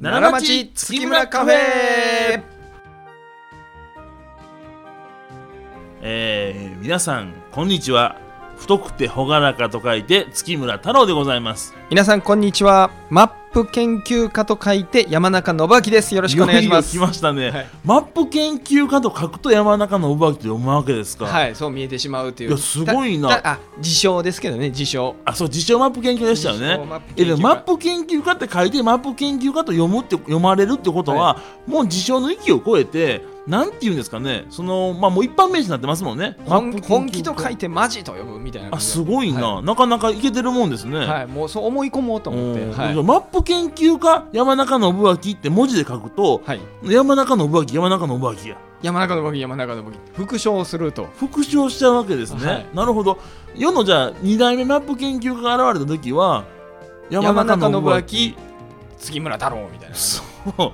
奈良町月村カフェえー、皆さんこんにちは太くて朗らかと書いて月村太郎でございます皆さんこんにちはマップ研究家と書いて山中信明ですよろしくお願いしますよよ来ましたね、はいマップ研究家と書くと山中信明と読むわけですか、はいそう見えてしまうといういやすごいなたたあ自称ですけどね自称あそう自称マップ研究でしたよ自称ねマップえ研究家でもマップ研究家って書いてマップ研究家と読むって読まれるってことは、もう自称の域を超えてなんて言うんですかねそのまあもう一般名詞になってますもんね本マップ研究家本気と書いてマジと呼ぶみたいなあ感じすごいな、なかなかいけてるもんですね、はい、もうそう思い込もうと思ってうんはい、マップ研究家山中信明って文字で書くと、はい、山中信明山中信明や山中信明山中信明復唱すると復唱しちゃうわけですね、はいなるほど世のじゃあ2代目マップ研究家が現れた時は山中信明信月村太郎みたいなそう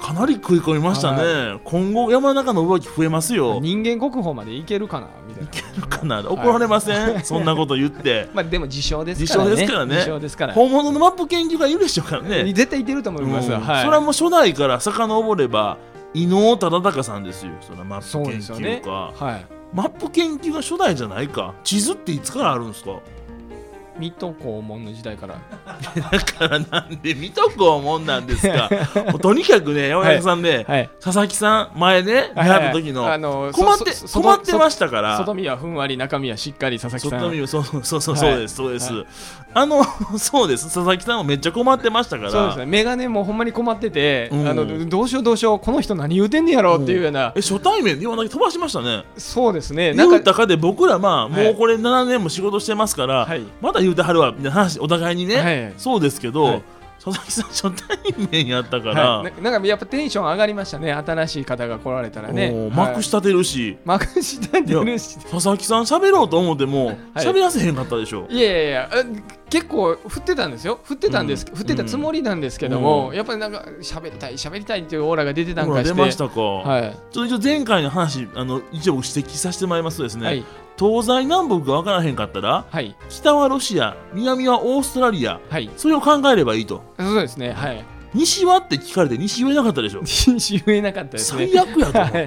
かなり食い込みましたね、今後山中信明増えますよ人間国宝までいけるかなみたいなかな怒られません、そんなこと言ってまあでも自称ですからね自称ですからね自称ですから本物のマップ研究家いるでしょうからね絶対いけると思います、うんはいそれはもう初代から遡れば伊能忠敬さんですよそれはマそッうプで研すよ究ね家、はいマップ研究が初代じゃないか地図っていつからあるんですか水戸黄門の時代からだからなんで見とこうもんなんです かもうとにかくね山中さんね、はい佐々木さん前ね出会った時の、はいはいあの困ってそそ困ってまそしたから外見はふんわり中身はしっかり佐々木さ外ん見そうそうそうそうはいそうです、そうです、あのそうです佐々木さんもめっちゃ困ってましたからそうですね眼鏡もほんまに困ってて、うんあのどうしようどうしようこの人何言うてんねやろっていうような、え初対面で今だけ飛ばしましたねそうですねな言うんかたかで僕らまあはいもうこれ7年も仕事してますから、はいまだ言うてはるわみたいな話お互いにね、はいそうですけど、はい佐々木さん初対面やったから、はいななんかやっぱテンション上がりましたね新しい方が来られたらねもうはいまくしたてるし、まくしたてるし佐々木さん喋ろうと思ってもはい喋らせへんかったでしょ、いやいやいやえ結構振ってたんですよ振ってたんです、うん振ってたつもりなんですけども、うやっぱりなんか喋りたい喋りたいっていうオーラが出てたんほからして出ましたか、はいちょっと一応前回の話あの一応僕指摘させてもらいますとですね、はい東西南北が分からへんかったらはい北はロシア南はオーストラリアはいそれを考えればいいとそうですねはい 西はって聞かれて西言えなかったでしょ西言えなかったですね最悪やと思って、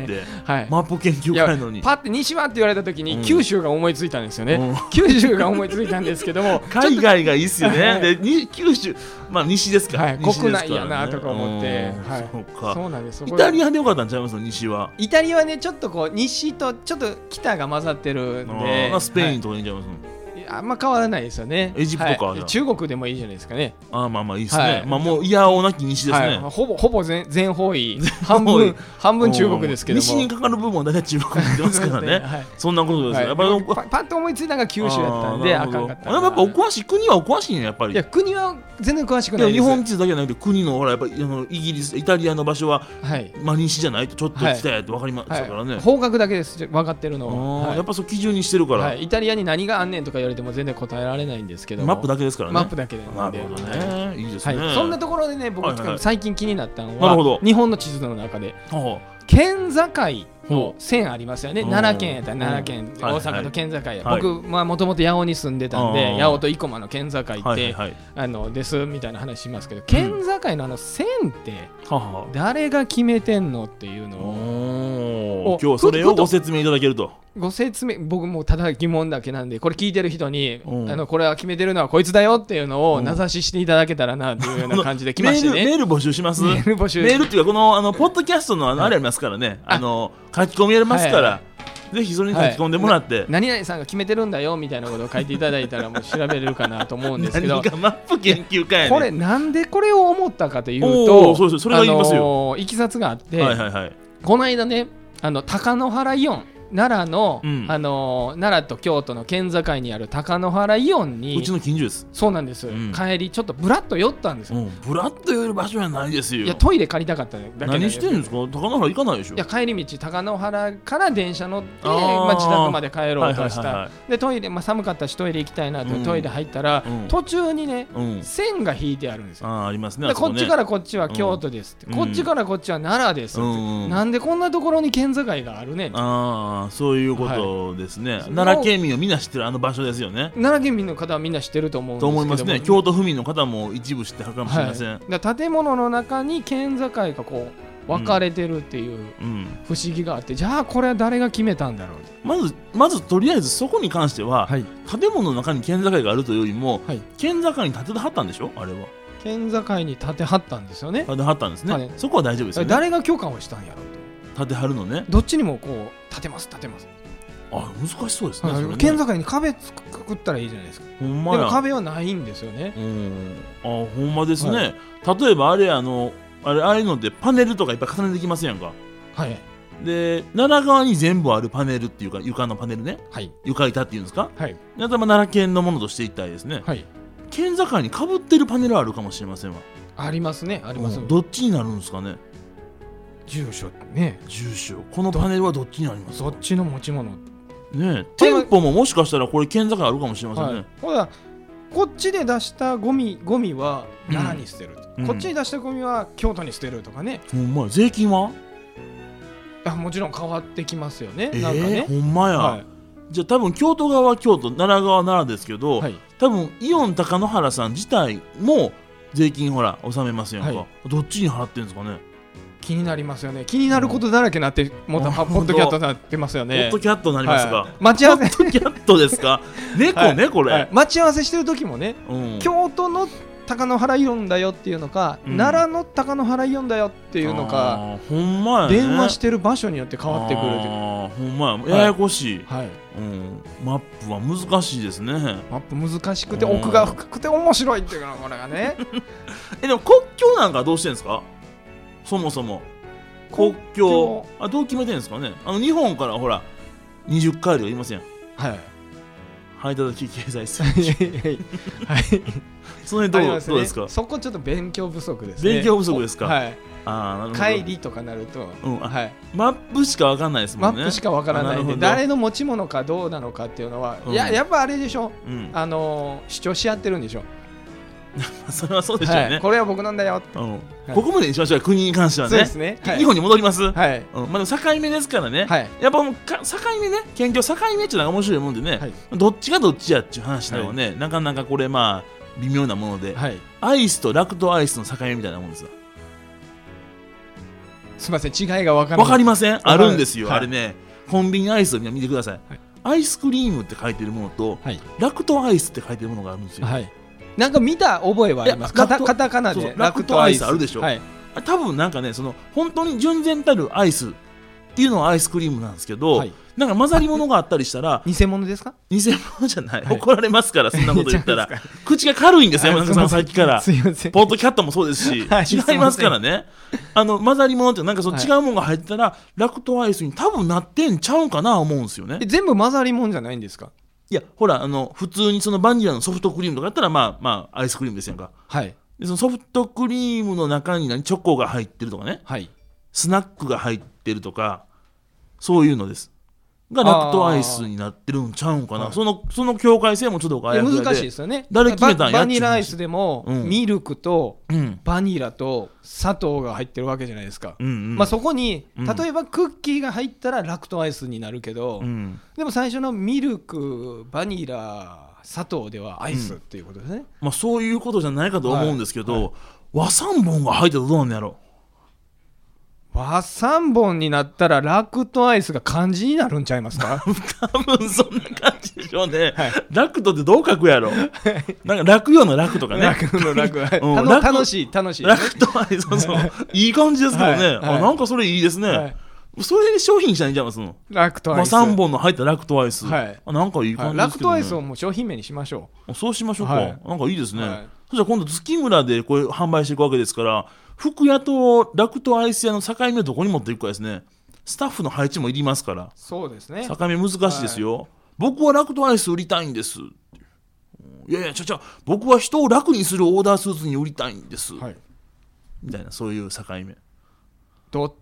はい、マップ研究会なのにパッて西はって言われた時うにん九州が思いついたんですよね、うん九州が思いついたんですけども海外がいいっすよはねでいに九州まあ西ですから、はい西ですからね国内やなとか思ってうんはいそうかそうなんですそイこタリアでよかったんちゃいますの西はイタリアはねちょっとこう西とちょっと北が混ざってるんであースペインとかいいんちゃいますの、はいあんま変わらないですよねエジプトかはいじゃあ中国でもいいじゃないですかねああまあまあいいっすね、はいまあもういやおなき西ですね、はい、ほぼほぼ全全方位半分半分中国ですけども西にかかる部分は大体中国に出ますからね はいそんなことですよ、はいやっぱりおパパッと思いついたのが九州やったんであーなあるほかんどかったやっぱおい詳しい国はお詳しいねやっぱりや国は全然詳しくいなやいで日す本地図だけじゃなくて国のほらやっぱりあのイギリスイタリアの場所ははい、真西じゃないとちょっと北やと分かりましたからね、はい、方角だけです分かってるあのーは、はいやっぱそう基準にしてるから、はい、イタリアに何があんねんとか言われても全然答えられないんですけどもマップだけですからねマップだけなんでなるほどはいねいいですはね、いそんなところでね僕、はいはい最近気になったのなはるほど日本の地図の中でほ県境の線ありますよねうん奈良県やったら奈良県、うん大阪の県境や、はい僕まあもともと八尾に住んでたんうでん八尾と生駒の県境って、うはいはいはいあのですみたいな話しますけど県境のあの線ってはあは誰が決めてんのっていうあのをおおー今日それふをふとご説明いただけるとご説明僕もうただ疑問だけなんでこれ聞いてる人にうんあのこれは決めてるのはこいつだよっていうのうをん名指ししていただけたらなっていうような感じで来ましてメーね。ルメール募集しますメール募集メールっていうかこのあのポッドキャストのあのあれありますからね、ああの書き込みやりますから、はいはぜひそれに書き込んでもらって、何々さんが決めてるんだよみたいなことを書いていただいたらもう調べれるかなと思うんですけ何どがマップ研究会やねんこれなんでこれを思ったかというおとーそうですそれが言いますよのーいきさつがあって、はいはいはいこの間ねあの高野原イオン奈良の、うんあのー奈良と京都の県境にある高野原イオンにうちの近所です、そうなんです、うん帰りちょっとブラッと酔ったんですうよ、ん、ブラッと寄る場所じゃないですよいやトイレ借りたかっただけなんで何すしてんですか高野原行かないでしょいや帰り道高野原から電車乗ってあーまあ、自宅まで帰ろうとした、はいはいはでトイレ、まあ、寒かったしトイレ行きたいなと、うんトイレ入ったら、うん途中にねいはい、うん、線が引いてあるんですよあーありますねでこっちかららこっちは京都ですって、うんこっちからこっちは奈良ですって、うんうんなんでこんなところに県境があるねんってあああそういうことですね、奈良県民はみんな知ってるあの場所ですよね奈良県民の方はみんな知ってると思うんでとすけども思いますね京都府民の方も一部知ってはるかもしれません、はい、だから建物の中に県境がこう分かれてるっていううん、不思議があって、じゃあこれは誰が決めたんだろうまずまずとりあえずそこに関しては、い建物の中に県境があるというよりも、はい県境に建てはったんでしょあれは県境に建てはったんですよね建てはったんですね、はいそこは大丈夫ですよ、ね、誰が許可をしたんやろう建てはるのねとどっちにもこう建てます建てます、あ難しそうですね,それね、県境に壁つくくくったらいいじゃないですかほんまでもや壁はないんですよねうんあほんまですね、は例えばあれあのあれああいうのってパネルとかいっぱい重ねてきますやんかはいで奈良側に全部あるパネルっていうか床のパネルねはい床板っていうんですかはいであとはまあ奈良県のものとしていきたいですね、はい県境にかぶってるパネルあるかもしれませんわありますねあります、うんどっちになるんですかね住所ね住所このパネルはどっちになりますそっちの持ち物ねえ店舗ももしかしたらこれ県境あるかもしれませんね、はい、ほらこっちで出したゴミゴミはうん奈良に捨てる、うんこっちに出したゴミは京都に捨てるとかね、ほんまや税金はあもちろん変わってきますよね、ええなんかねほ、んまや、はじゃあ多分京都側は京都奈良側は奈良ですけど、い、はい、多分イオン高野原さん自体も税金ほら納めますやんか、はどっちに払ってるんですかね気になりますよね気になることだらけになってもうたうんポッドキャストになってますよホッねトキャットになりますか、はい待ち合わせホットキャットです か猫ね、これ、はい待ち合わせしてる時もね、うん、京都の高野原イオンだよっていうのか、うん奈良の高野原イオンだよっていうのか、あーほんまや、ね、電話してる場所によって変わってくるというあーほんまやややこしい、はいうん、マップは難しいですねマップ難しくてうん奥が深くて面白いっていうのがこれがねえでも国境なんかはどうしてんですかそもそも国境あどう決めてんですかねあの日本からほら20回 りは言いませんはい排他的経済水はい はいその辺どありまう,、すねどうですかそこちょっと勉強不足ですね勉強不足ですかはいああなる会ほど議とかなると、うんあはい、マップしかわかんないですマもんねップしかわからないあなんるでほど誰の持ち物かどうなのかっていうのは、うんいややっぱあれでしょうん、あのー主張し合ってるんでしょ、 それはそうでしょうね、はい、これは僕なんだよ、うんここまでにしましょう国に関してはそうねですねはい日本に戻ります、はいうんまあ、でも境目ですからね、はいやっぱもうか境目ね県境境目っていうのが面白いもんでね、はいどっちがどっちやっていう話でもね、なかなかこれまあ微妙なもので、はいアイスとラクトアイスの境目みたいなもんですわすみません違いがわからなわいかりまませんかあるるんですよ、はいあれねコンビニアイスをみんな見てください、はいアイスクリームって書いてるものとはい、ラクトアイスって書いてるものがあるんですよ、はい、なんか見た覚えはありますいやカタラクトカタカナそでうラクトアイスあるでしょはいあ多分なんかねその本当に純然たるアイスっていうのはアイスクリームなんですけど、はいなんか混ざり物があったりした ら偽物ですか偽物じゃない、はい怒られますからそんなこと言ったら 違うんです口が軽いんですかよ山中さ んさっきからすいませんポッドキャットもそうですし、はい違いますからねあの混ざり物ってなんかそのはい違うものが入ってたら、ラクトアイスに多分なってんちゃうんかな思うんですよねえ全部混ざりもんじゃないんですかいやほらあの普通にそのバニラのソフトクリームとかやったらまあまあアイスクリームですやんかはいでそのソフトクリームの中に何チョコが入ってるとかねはいスナックが入ってるとかそういうのですがラクトアイスになってるんちゃうんかあなーそのその境界線もちょっと僕あいややふやで難しいですよね誰決めたんやババニラアイスでも、うんミルクとうんバニラと砂糖が入ってるわけじゃないですか、うんうんまあ、そこにうん例えばクッキーが入ったらラクトアイスになるけど、うんでも最初のミルクバニラ砂糖ではアイスっていうことですね、まあ、そういうことじゃないかと思うんですけど、はいは和三盆が入ったらどうなんのやろ 和三本になったらラクトアイスが漢字になるんちゃいま すか多分そんな感じでしょうね、はいラクトってどう書くやろなんか楽ような楽とかねラクのラクは、うんたのラク楽しい楽しい、ラクトはいそうそういい感じですけどね、はいはいあなんかそれいいですね、はいそれで商品にしたらいいんじゃないですかラクトアまあ、イス、 3本の入ったラクトアイス、はいあなんかいいは感いじでラすクけど、トねアイスをもう商品名にしましょそうしましょうか、はいなんかいいですね、はいそしたら今度月村でこれ販売していくわけですから服屋とラクトアイス屋の境目をどこに持っていくかですねスタッフの配置もいりますからうそうですね境目難しいですよ、僕はラクトアイス売りたいんですうんいやいやちゃちゃ僕は人を楽にするオーダースーツに売りたいんです、はいみたいなそういう境目ど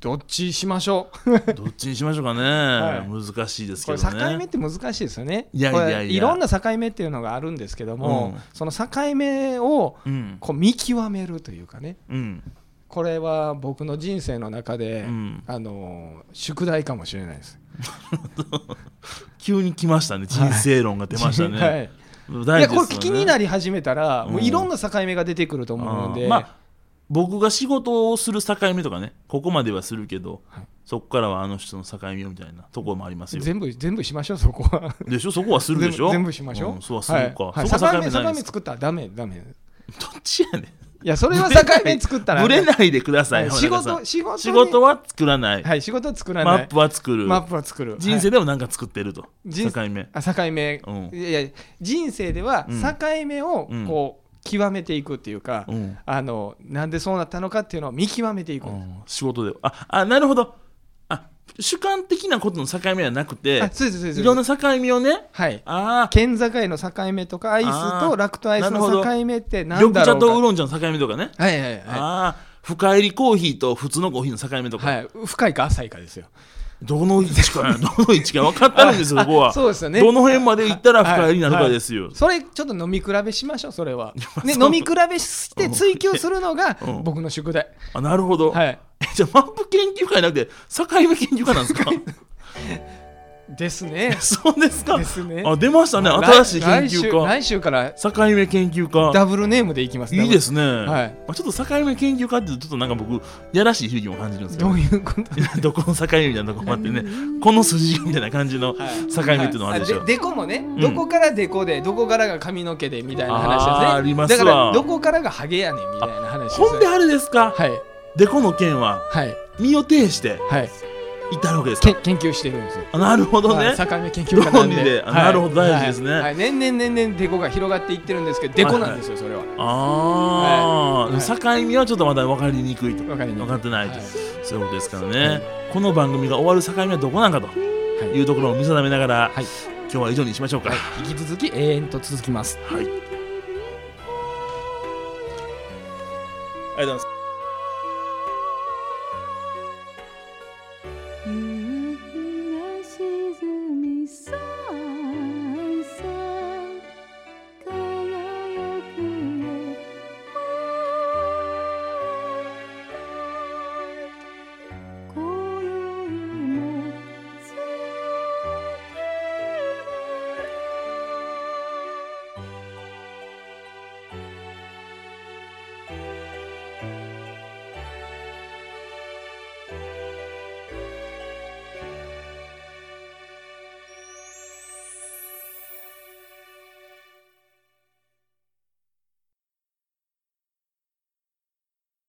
どっちしましょうどっちにしましょうかね、 は難しいですこけれど境ね目って難しいですよねいやいやいやこれいろんな境目っていうのがあるんですけども、うんその境目をうんこう見極めるというかねうんこれは僕の人生の中で、うんあの宿題かもしれないです急に来ましたね人生論が出ましたね、 はいい大や事これですよね気になり始めたら、もううんいろんな境目が出てくると思うので、うんまあ僕が仕事をする境目とかねここまではするけど、はいそこからはあの人の境目をみたいなところもありますよ全部全部しましょうそこはでしょそこはするでしょ全部全部しましょう、んそうはするか、はいはいそこは境境目目境ない目です作ったらダメダメどっちやねんいやそれは境目作っ たらぶれないでください、はい仕浜中さん事仕事仕事は、は作らない、はい、仕事は作らマないップは作る、マップは作る人生はでも何か作ってると、人生境目いあ境目、うんいやいや人生ではうん境目をうんこう極めていくっていうか、うんあのなんでそうなったのかっていうのを見極めていく、うん仕事でああなるほどあ主観的なことの境目はなくてあそうですそうですいろんな境目をねはいああ県境の境目とかアイスとラクトアイスの境目ってなん緑だろ茶うかとウーロン茶の境目とかねはいはいはああ深入りコーヒーと普通のコーヒーの境目とい、か、はい、深いか浅いかですよどの位置か どの位置か分かったるんですよあそこはそうですよねどの辺まで行ったら深入りになるはかいはいですよ、それちょっと飲み比べしましょうそれは、ね、そう飲み比べして追求するのがうん僕の宿題、あなるほど、はいえじゃあマップ研究会じゃなくて境目研究会なんです かですねそうですかですねあ出ましたねまあ新しい研来週究家来週から境目研究家ダブルネームでいきますいいですすね、はいまあ、ちょっと境目研究家っていうとちょっとなんか僕やらしい響きも感じるんですけどどういうこ とどこの境目みたいなとこもあってねこの筋みたいな感じの境目っていうのはあるでしょ、ででこもね、どこからでこでどこからが髪の毛でみたいな話ですねあーありますわだからどこからがハゲやねんみたいな話ですねほんであれですか、はいデコの件ははい身を挺してはいいたわけですけか研究してるんですよあなるほどね、はい境目研究家なん論理でであなるほど大事ですねはいはい年々年々デコが広がっていってるんですけどデコなんですよそれはああ、はい境目はちょっとまだ分かりにくいとわかりにくい分かってないと、はいそういうことですからね、はいこの番組が終わる境目はどこなんかとはいいうところを見定めながら、はい今日は以上にしましょうかはい、引き続き永遠と続きますはい、ありがとうございます夢